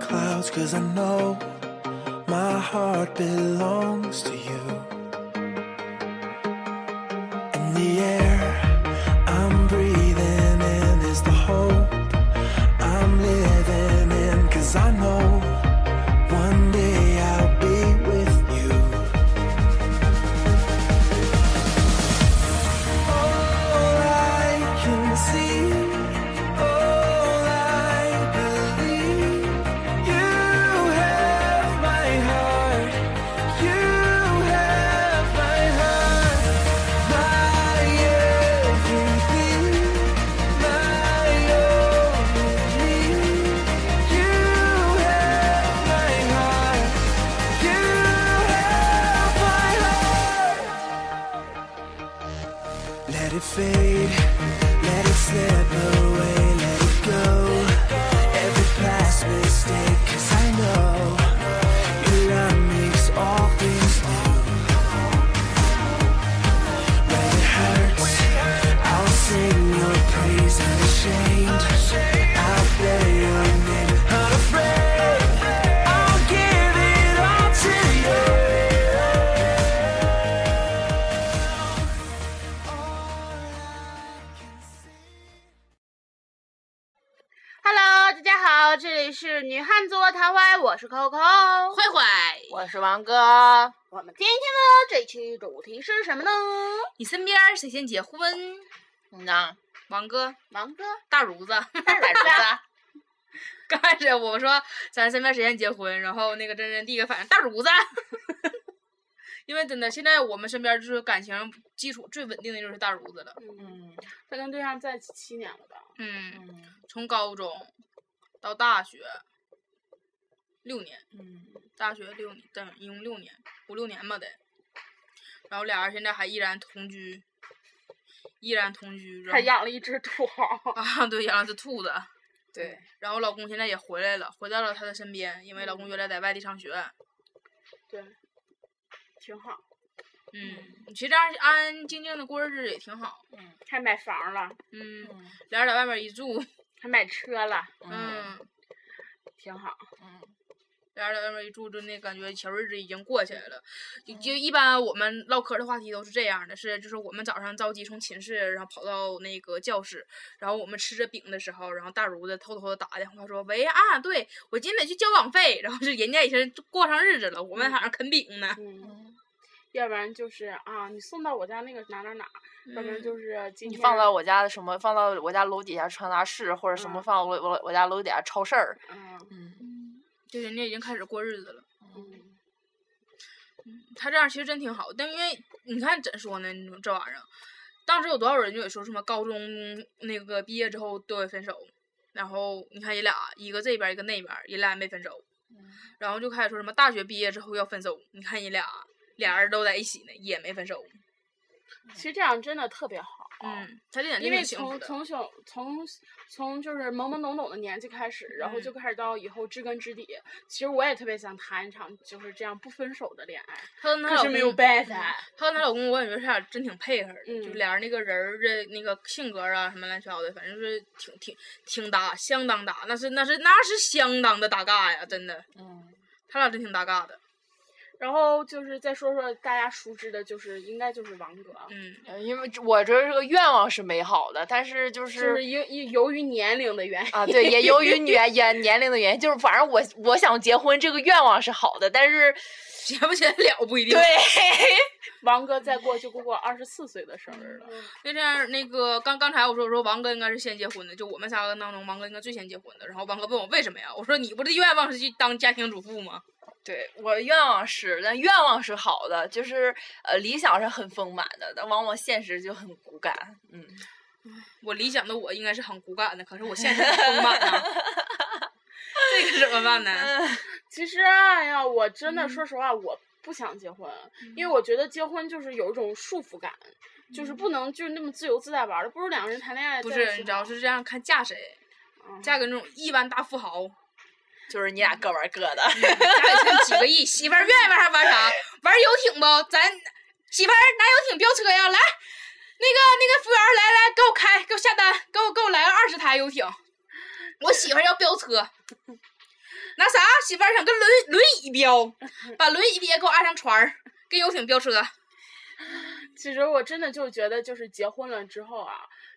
close, cause I know my heart belongs to you. And the air I'm breathing in is the hope I'm living in, cause I know one day I'll be with you. All I can see. All I believe, you have my heart. You have my heart. My everything, my only. You have my heart. You have my heart. Let it fade. Let it slip away, let it go. Every past mistake, cause I know your love makes all things new. When it hurts, I'll sing your praise unashamed. I'll play your name unafraid. I'll give it all to you. Hello，大家好，这里是女汉子我桃花，我是 Coco，坏坏，我是王哥。我们今天呢，这期主题是什么呢？你身边谁先结婚？你呢？王哥，王 哥，大如子。 大胆 子，刚开始我说咱身边谁先结婚，然后那个真真第一个反应大如子， 因为真的现在我们身边就是感情基础最稳定的就是大如子了。嗯，他跟对象在一起七年了吧？嗯，从高中到大学六年，嗯，大学六年，等一共六年，五六年吧得。然后俩人现在还依然同居，依然同居。然还后养了一只土豪。啊，对，养了只兔子。 对，然后老公现在也回来了，回到了她的身边，因为老公原来在外地上学。对，挺好。嗯，其实这样安安静静的过日子也挺好。还买房了，嗯，俩人在外面一住，还买车了，嗯，挺好。俩人在外面一住，就那感觉小日子已经过起来了。就就一般我们唠嗑的话题都是这样的，是就是我们早上着急从寝室，然后跑到那个教室，然后我们吃着饼的时候，然后大如子偷偷的打个电话说：“喂啊，对我今天得去交网费。” 然后就人家已经过上日子了，我们还在那啃饼呢。嗯，要不然就是啊，你送到我家那个哪哪哪，要不然嗯就是今你天放到我家的什么？放到我家楼底下传达室，或者什么嗯放到我我我家楼底下超市儿。嗯就人家已经开始过日子了。嗯他这样其实真挺好，但因为你看怎说呢，你说这玩意儿，当时有多少人就也说什么高中那个毕业之后都得分手，然后你看人俩一个这边儿一个那边儿，人俩也没分手，嗯然后就开始说什么大学毕业之后要分手，你看人俩俩人都在一起呢，也没分手，哦其实这样真的特别好。嗯，他这 点因真为挺幸从福的，从小从从就是懵懵懂懂的年纪开始，然后嗯就开始到以后知根知底。其实我也特别想谈一场就是这样不分手的恋爱，她跟她可老是公没嗯有办法。她跟她老公，我感觉是俩真挺配合的，就嗯俩人那个人儿的那个性格啊，什么乱七八糟的，反正是挺挺挺搭，相当搭，那是那是那是相当的搭嘎呀，真的，嗯，他俩真挺搭嘎的，然后就是再说说大家熟知的，就是应该就是王哥，嗯，呃因为这我觉得这个愿望是美好的，但是就就是是由由由于年龄的原因啊，对，也由于 年年年龄的原因，就是反正我我想结婚这个愿望是好的，但是结不结得了不一定。对，王哥再过就过过二十四岁的生日了。那这样，那个刚刚才我说我说王哥应该是先结婚的，就我们三个当中，王哥应该最先结婚的。然后王哥问我为什么呀？我说你不是愿望是去当家庭主妇吗？对我的愿望是，但愿望是好的，就是呃理想是很丰满的，但往往现实就很骨感。嗯，我理想的我应该是很骨感的，可是我现实很丰满呐， 这个怎么办呢？其实，哎呀，我真的嗯说实话，我不想结婚，因为我觉得结婚就是有一种束缚感，就是不能就是那么自由自在玩儿了，不如两个人谈恋爱嗯不在嗯一起好。是，你知道是这样看嫁谁，嫁给那种亿万大富豪，就是你俩各玩各的。 家里趁几个亿，媳妇儿愿意玩啥玩啥，玩游艇不？咱媳妇儿拿游艇飙车呀，来，那个那个服务员儿来来给我开，给我下单，给我给我来个二十台游艇，我媳妇儿要飙车。那啥，媳妇儿想跟轮轮椅飙，把轮椅也给我安上船儿，跟游艇飙车。其实我真的就觉得，就是结婚了之后啊，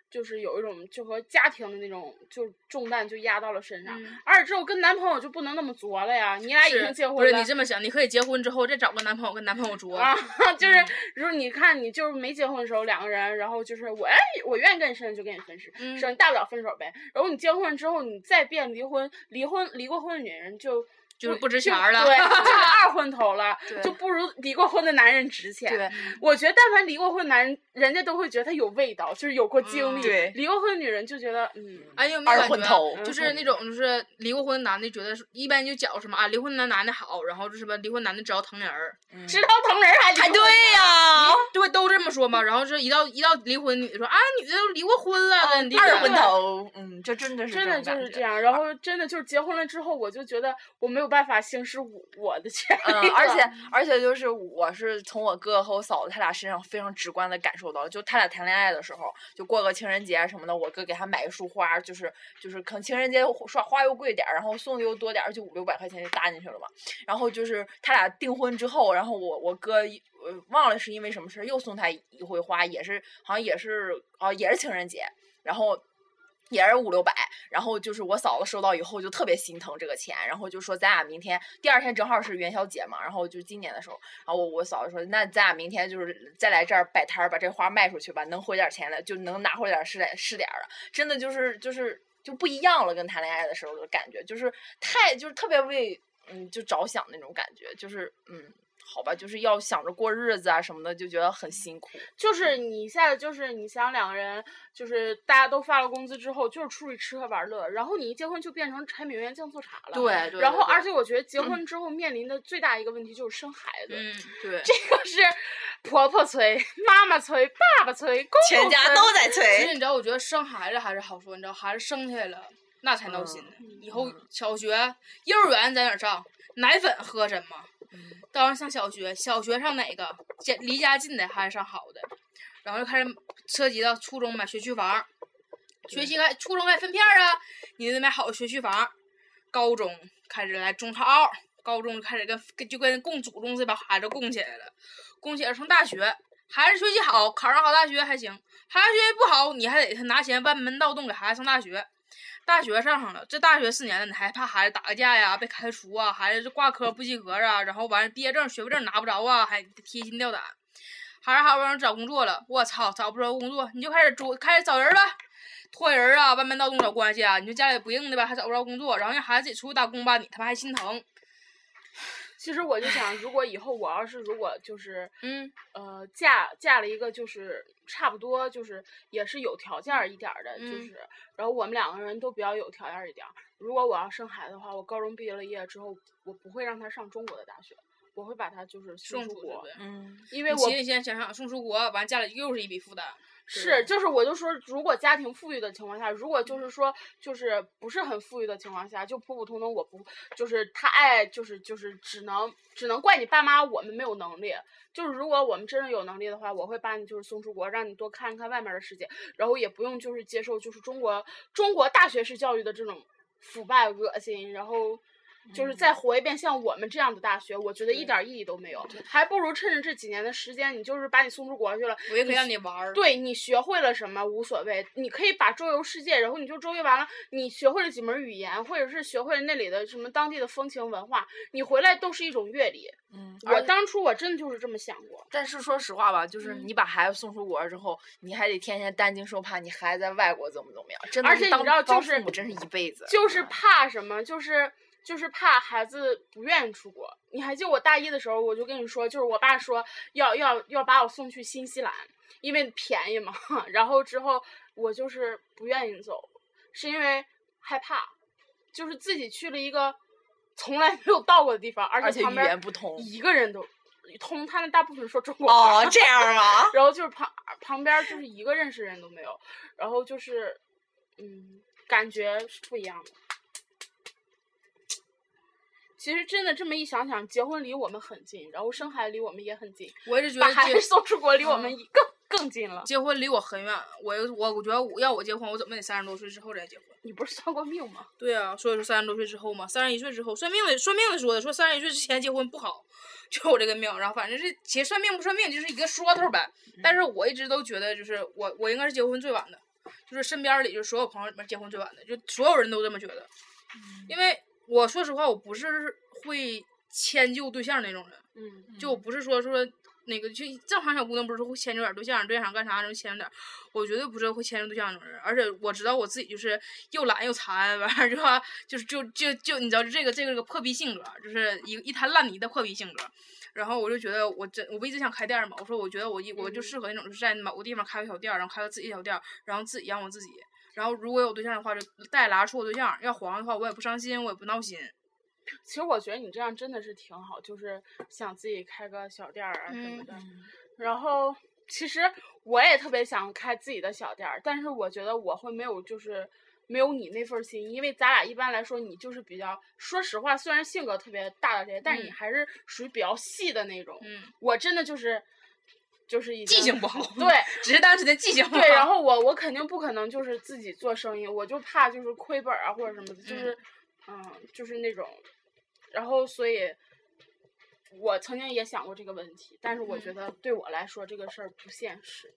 就是有一种就和家庭的那种就重担就压到了身上，嗯而且之后跟男朋友就不能那么作了呀。你俩已是经结不婚是了，你这么想，你可以结婚之后再找个男朋友跟男朋友作。啊， 就是如果你看你就是没结婚的时候两个人，然后就是我哎我愿意跟你分手就跟你分手，嗯说你大不了分手呗。然后你结婚之后你再变离婚，离婚离过婚的女人就。就是不值钱儿了对， 就是二婚头了对，就不如离过婚的男人值钱。对，我觉得但凡离过婚男人，人家都会觉得他有味道，就是有过经历。嗯对离过婚的女人就觉得，嗯，哎，你有没有二感婚觉头嗯就是那种就是离过婚的男的，觉得是一般就讲什么啊，离婚的男的好，然后就是什么离婚男的只要疼人儿，知道疼人还离哎，婚对呀、对，都这么说嘛。然后是一到一到离婚，女的说啊，女的都离过婚了，跟离哦二婚婚的头，嗯，这真的是真的就这种是感这觉。啊样。然后真的就是结婚了之后，我就觉得我没有办法行使我我的 权利嗯了、，而且而且就是，我是从我哥和我嫂子他俩身上非常直观的感受到，就他俩谈恋爱的时候，就过个情人节啊什么的，我哥给他买一束花，就是就是可能情人节花花又贵点儿，然后送的又多点儿，就五六百块钱就搭进去了嘛。然后就是他俩订婚之后，然后我我哥一呃忘了是因为什么事儿又送他一回花，也是好像也是啊也是情人节，然后。也是五六百，然后就是我嫂子收到以后就特别心疼这个钱，然后就说咱俩明天第二天正好是元宵节嘛，然后就今年的时候，然后我我嫂子说那咱俩明天就是再来这儿摆摊儿把这花卖出去吧，能回点儿钱了就能拿回点儿是点是点儿了，真的就是就是就不一样了，跟谈恋爱的时候的感觉就是太就是特别为嗯就着想那种感觉，就是嗯好吧，就是要想着过日子啊什么的，就觉得很辛苦，就是你一下子就是你想两个人，就是大家都发了工资之后，就是出去吃喝玩乐，然后你一结婚就变成柴米油盐酱醋茶了。。对对，嗯然后，而且我觉得结婚之后面临的最大一个问题就是生孩 子，嗯，对这个是婆婆催、妈妈催、爸爸催、公公全家催都在催，其实你知道，我觉得生孩子还是好说，你知道，孩子生下来了，那才闹心呢。以后小学、幼儿园在哪儿上？奶粉喝什么？到时候上小学，小学上哪个？家离家近的还是上好的？然后就开始涉及到初中买学区房，学习还初中还分片儿啊，你得买好的学区房。高中开始来中超，高中就开始跟跟就跟供祖宗这帮孩子供起来了，供起来上大学，孩子学习好，考上好大学还行。孩子学习不好，你还得拿钱班门道洞给孩子上大学。大学上上了，这大学四年了，你还怕孩子打个架呀、被开除啊，孩子挂科不及格啊，然后完了毕业证、学位证拿不着啊，还提心吊胆。孩子好不容易找工作了，我操，找不着工作，你就开始找开始找人了，托人啊，班门道洞找关系啊，你说家里不硬的吧，还找不着工作，然后让孩子自己出去打工吧，你他妈还心疼。其实我就想，如果以后我要是如果就是嗯，呃嫁嫁了一个就是差不多就是也是有条件儿一点儿的，就嗯是然后我们两个人都比较有条件儿一点儿。如果我要生孩子的话，我高中毕业了业之后，我不会让他上中国的大学，我会把他就是送送出出去国，呗。嗯，因因为我心里先想想送出国，完家里又是一笔负担。是，就是我就说，如果家庭富裕的情况下，如果就是说就是不是很富裕的情况下，就普普通通，我不就是他爱就是就是只能只能怪你爸妈，我们没有能力。就是如果我们真的有能力的话，我会把你就是送出国，让你多看一看外面的世界，然后也不用就是接受就是中国中国大学式教育的这种腐败恶心，然后。就是再活一遍像我们这样的大学，我觉得一点儿意义都没有，还不如趁着这几年的时间，你就是把你送出国去了，我也可以让你玩儿。对你学会了什么无所谓，你可以把周游世界，然后你就周游完了，你学会了几门语言，或者是学会了那里的什么当地的风情文化，你回来都是一种阅历。嗯，我当初我真的就是这么想过，但是说实话吧，就是嗯你把孩子送出国之后，你还得天天担惊受怕，你孩子在外国怎么怎么样，真的而是且你当知道当就父是母真是一辈子，啊就是怕什么，就是就是怕孩子不愿意出国。你还记得我大一的时候，我就跟你说，就是我爸说要要要把我送去新西兰，因为便宜嘛。 然后之后我就是不愿意走，是因为害怕，就是自己去了一个从来没有到过的地方，而而且且旁语边言不通。一个人都通，他们大部分说中国话。，哦，这样啊然后就是旁旁边就是一个认识人都没有，然后就是，嗯，感觉是不一样的。其实真的这么一想想，结婚离我们很近，然后生孩子离我们也很近，我一直觉把得孩子结送出国离我们嗯更更近了。结婚离我很远，我又我我觉得我要我结婚，我怎么得三十多岁之后再结婚？你不是算过命吗？对啊，所以说三十多岁之后嘛，三十一岁之后，算命的算命的说的，说三十一岁之前结婚不好， 就我这个命。然后反正是其实算命不算命就是一个说头呗。但是我一直都觉得，就是我我应该是结婚最晚的，就是身边儿里就是所有朋友里面结婚最晚的，就所有人都这么觉得。因为我说实话，我不是会迁就对象那种人，嗯，就我不是说说那个就正常小姑娘不是会迁就点儿对象，对象想干啥就迁就点儿，我绝对不是会迁就对象那种人。而且我知道我自己就是又懒又馋，完事儿就吧，就是就就就你知道这个这个这个破逼性格，就是一一滩烂泥的破逼性格。然后我就觉得我真我不一直想开店儿嘛，我说我觉得我一我就嗯适合那种就是在某个地方开个小店儿，然后开个自己小店儿，然后自己养我自己。然后如果有对象的话，就带拉处我对象；要黄的话，我也不伤心，我也不闹心。其实我觉得你这样真的是挺好，就是想自己开个小店儿啊什么嗯的。然后其实我也特别想开自己的小店儿，但是我觉得我会没有就是。没有你那份儿心，因为咱俩一般来说，你就是比较，说实话，虽然性格特别大大咧咧，但是你嗯还是属于比较细的那种。嗯，我真的就是，就是已记经性不好 对，只是单纯的记 性不好。对，然后我我肯定不可能就是自己做生意，我就怕就是亏本儿啊或者什么的，就是嗯就是那种，然后所以，我曾经也想过这个问题，但是我嗯觉得对我来说这个事儿不现实。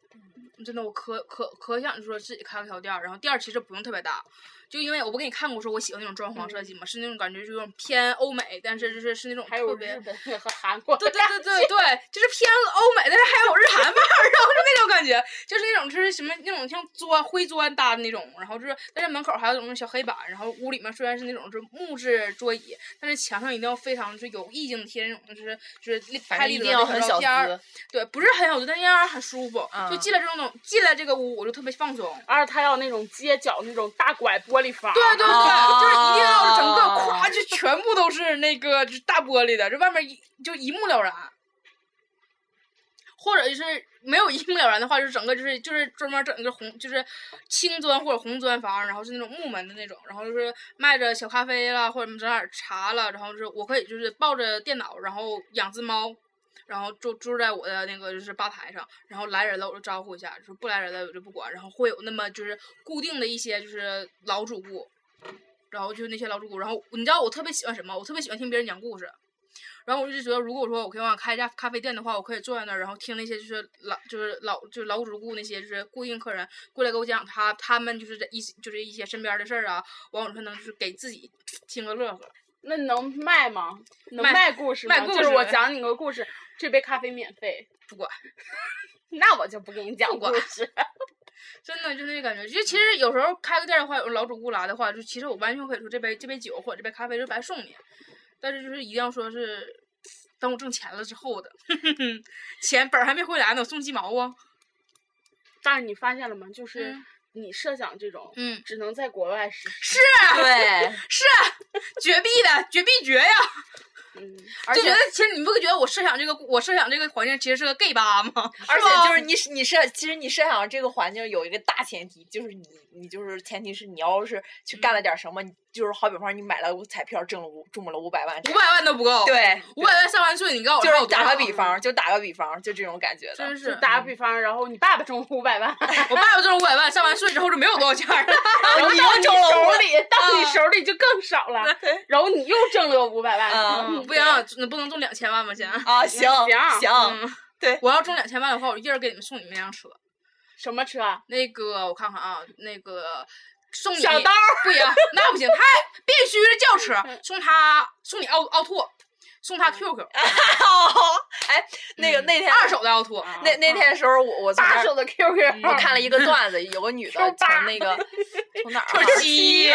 真的，我可可可想说自己开个小店儿，然后店儿其实不用特别大，就因为我不给你看过说我喜欢那种装潢设嗯计嘛，是那种感觉就有种偏欧美，但是就是是那种还有特别日本和韩国的 对对大，对对对，就是偏欧美，但是还有日韩范儿， 然后是那种感觉，就是那种就是什么那种像砖灰砖搭的那种，然后就是但是门口还有那种小黑板，然后屋里面虽然是那种就是木质桌椅，但是墙上一定要非常就是有意境的贴那种就是就是反拍正立一得定的要小很照小片儿 资，对，不是很好，就但那样很舒服。就嗯进来这种东，进来这个屋我就特别放松。而且他要那种街角那种大拐玻璃房，对对对，就是一定要整个咵啊就全部都是那个就是大玻璃的，这外面一就一目了然。或者就是没有一目了然的话，就是整个就是就是专门整一个红就是青砖或者红砖房，然后是那种木门的那种，然后就是卖着小咖啡啦，或者整点儿茶啦，然后就是我可以就是抱着电脑，然后养只猫，然后就住在我的那个就是吧台上，然后来人了我就招呼一下，就是不来人了我就不管，然后会有那么就是固定的一些就是老主顾，然后就是那些老主顾，然后你知道我特别喜欢什么？我特别喜欢听别人讲故事。然后我就觉得，如果说我可以往开一家咖啡店的话，我可以坐在那儿，然后听那些就是老就是老就是老主顾那些就是固定客人过来给我讲他他们就是这一就是一些身边的事儿啊，完我说能就是给自己听个乐呵。那能卖吗？能卖卖故事吗？卖故就是我事讲你个故事，这杯咖啡免费，不管。 那我就不给你讲不故管事。真的就那感觉，就其实有时候开个店儿的话，有老主顾来的话，就其实我完全可以说这杯这杯酒或者这杯咖啡就白送你，但是就是一定要说是等我挣钱了之后的， 钱本儿还没回来呢，我送鸡毛啊，但是你发现了吗？就是嗯你设想这种，嗯只能在国外实施。对，是绝壁的绝壁绝呀！嗯，而就觉且得其实你不觉得我设想这个我设想这个环境其实是个 gay 吧吗？而且吧就是你是你设，其实你设想这个环境有一个大前提，就是你你就是前提是你要是去干了点什么，你就是好比方你买了个彩票中了五中了五百万，哦五百万都不够，，对，五百万上万岁，你告诉我就还有是多少打个比，方，就打个比方，嗯就这种感觉的真。就是打个比方，然后你爸爸中了五百万，我爸爸中五百万上完税之后就没有多少钱儿了。 然 然后后 你到又你中了手五里，到你啊手里就更少了，然后你又挣了五百万。啊嗯不行，那不能中两千万吧，先。 啊，行行行，嗯，对我要中两千万的话，我一人给你们送你们一辆车。什么车？啊那个我看看啊，那个送你小刀不行，那不行，他必须是轿嗯车，送他送你奥奥拓，送他 QQ，哎，那个嗯那天二手的奥拓，那那天的时候，我我从那啊八儿手的啊 QQ，我看了一个段子，有个女的 Q 八从那个 从哪儿啊？ Q 七，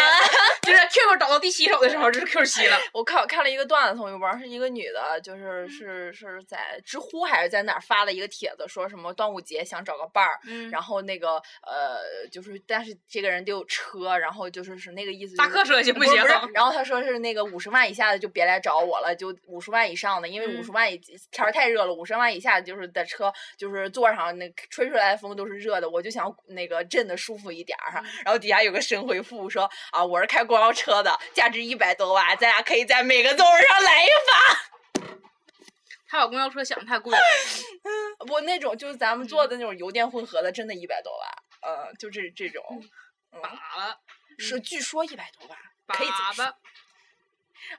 就是 QQ 找到第七手的时候，就是 Q 七了。我看我看了一个段子，从微博上是一个女的，就是是是在知乎还是在哪儿发了一个帖子，说什么端午节想找个伴儿，嗯然后那个呃，就是但是这个人得有车，然后就是是那个意思、就大是。客车行不是行？不是，然后他说是那个五十万以下的就别来找我了，就五十万以上的，因为嗯五十万以天儿太热了，五十万以下就是在车就是座上那吹出来的风都是热的，我就想那个震的舒服一点儿。嗯然后底下有个神回复说啊，我是开公交车的，价值一百多万，咱俩可以在每个座位上来一发。他把公交车想的太贵了。 不那种就是咱们嗯做的那种油电混合的，真的一百多瓦，呃，就这这种，嗯粑粑，是嗯据说一百多瓦，可以这么粑说粑，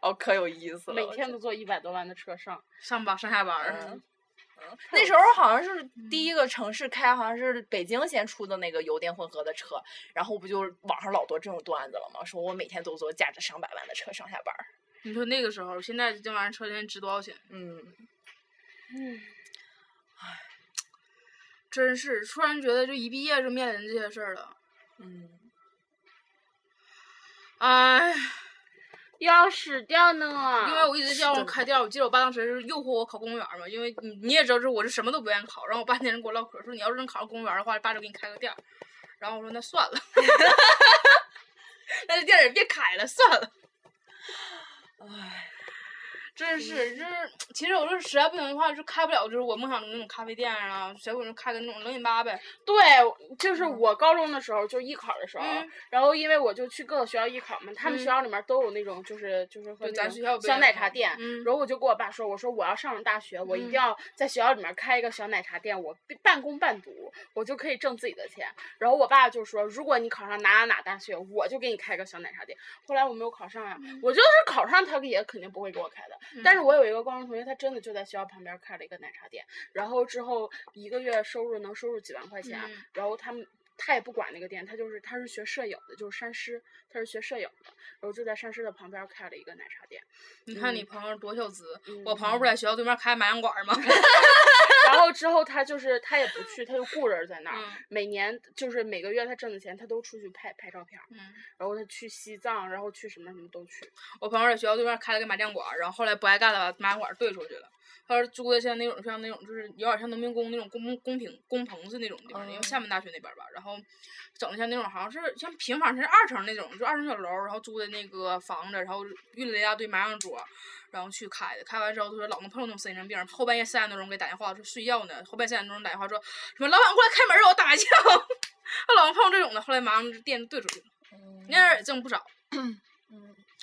哦，可有意思了。每我天觉都坐一百多万的车上，上班上下班得儿嗯。嗯那时候好像是第一个城市开，好像是北京先出的那个油电混合的车，然后不就网上老多这种段子了吗？说我每天都坐驾着上百万的车上下班儿。你说那个时候，现在这玩意儿车钱值多少钱？嗯，嗯，真是突然觉得就一毕业就面临这些事儿了，嗯，哎。要死掉呢。因为我一直想是我的开店，我记得我爸当时是诱惑我考公务员儿嘛，因为你你也知道，就是我是什么都不愿意考。然后我爸那天跟我唠嗑儿，说你要是能考上公务员儿的话，爸就给你开个店儿。然后我说那算了， 那这店儿也别开了，算了。唉，真嗯是，就是其实我说实在不行的话，就开不了，就是我梦想中那种咖啡店啊，结果就开个那种冷饮吧呗。对，就是我高中的时候，就艺考的时候，嗯然后因为我就去各个学校艺考嘛，他们学嗯校里面都有那种就是就是和就那咱种学校不小也奶有嗯茶吗店，嗯然后我就跟我爸说，我说我要上了大学，我一定嗯要在学校里面开一个小奶茶店，我半工半读，我就可以挣自己的钱。然后我爸就说，如果你考上哪哪哪大学，我就给你开个小奶茶店。后来我没有考上呀、啊嗯我就是考上他也肯定不会给我开的。但是我有一个高中同学，他真的就在学校旁边开了一个奶茶店，然后之后一个月收入能收入几万块钱，啊嗯然后他们。他也不管那个店，他就是他是学摄影的，就是山师，他是学摄影的，然后就在山师的旁边开了一个奶茶店。你看你朋友多小资，嗯我朋友不在学校对面开麻将馆儿吗？然后之后他就是他也不去，他就雇人在那儿。嗯每年就是每个月他挣的钱，他都出去拍拍照片儿，嗯。然后他去西藏，然后去什么什么都去。我朋友在学校对面开了个麻将馆儿，然后后来不爱干了，把麻将馆儿兑出去了。他说租的像那种像那种就是有点像农民工那种工工平工棚子那种地方，因为厦门大学那边儿吧，然后整的像那种好像是像平房，是二层那种，就二层小楼，然后租的那个房子，然后运了一大堆麻将桌，然后去开的。开完之后，他说老能碰到那种神经病儿，后半夜三点多钟给打电话说睡觉呢，后半夜三点多钟打电话说什么老板过来开门儿，让啊我打麻将。 他老能碰到这种的，后来麻将店兑出去了，那样儿也挣不少。嗯，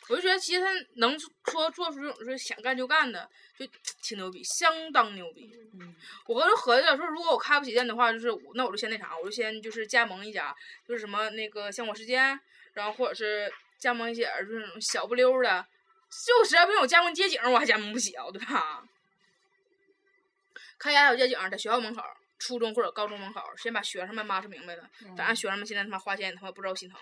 我就觉得其实他能做说做出这种就是想干就干的，就挺牛逼，相当牛逼。嗯我刚才合计了，说如果我开不起店的话，就是我那我就先那啥，我就先就是加盟一家，就是什么那个香果时间，然后或者是加盟一些就是那种小不溜儿的，就实在不行我加盟街景，我还加盟不起啊，对吧？开一家小街景，在学校门口儿、初中或者高中门口儿，先把学生们骂是明白了，嗯咱让学生们现在他妈花钱，他妈不知道心疼。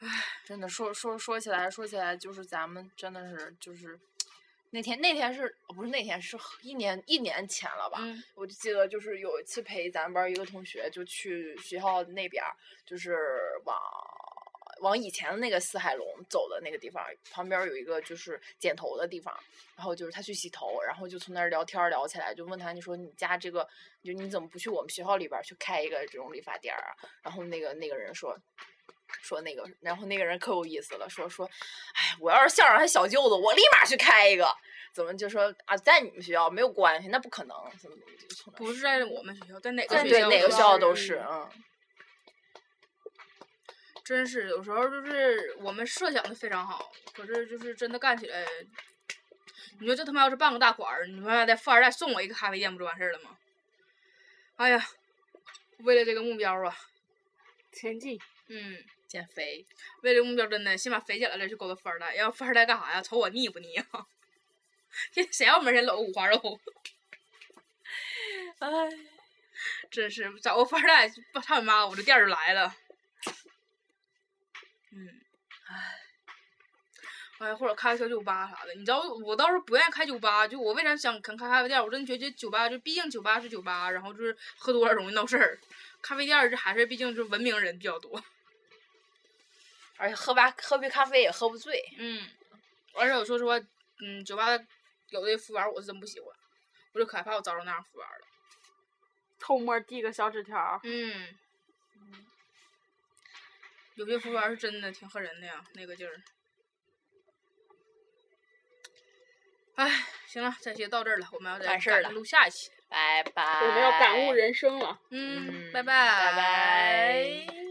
嗯，真的说说说起来，说起来就是咱们真的是就是那天那天是哦不是那天是一年一年前了吧？嗯我就记得就是有一次陪咱班儿一个同学就去学校那边儿，就是往。往以前的那个四海龙走的那个地方，旁边儿有一个就是剪头的地方，然后就是他去洗头，然后就从那儿聊天儿聊起来，就问他你说你家这个，就你怎么不去我们学校里边儿去开一个这种理发店儿啊？然后那个那个人说。说那个，然后那个人可有意思了，说说，哎，我要是校长还小舅子，我立马去开一个，怎么就说啊，在你们学校没有关系，那不可能，怎么怎么就从那儿不是在我们学校，在哪个学对对校我哪个学都学校校都是是，嗯，真是有时候就是我们设想的非常好，可是就是真的干起来，你说这他妈要是办个大款儿，你他妈的富二代送我一个咖啡店不就完事儿了吗？哎呀，为了这个目标啊，前进，嗯，减肥，为了这个目标真的先把肥减了再去勾搭富二代，要富二代干啥呀？瞅我腻不腻呀、啊？ 现谁让我们人搂个五花肉？ 哎，真是找个富二代，他妈我这店儿就来了。嗯，唉，哎，或者开个小酒吧啥的。你知道我倒是不愿意开酒吧，就我为啥想肯开咖啡店儿？我真觉得酒吧就毕竟酒吧是酒吧，然后就是喝多了容易闹事儿。咖啡店儿这还是毕竟就是文明人比较多。而且喝吧喝杯咖啡也喝不醉，嗯，而且我说实话，嗯，酒吧有的服务员儿我是真不喜欢，我就可害怕我招着那样服务员儿了。偷摸递个小纸条儿。嗯。有些服务员儿是真的挺吓人的呀，那个劲儿。哎，行了，这期就到这儿了，我们要再完事儿赶着了录下一期。拜拜，我们要感悟人生了。嗯，嗯拜拜拜拜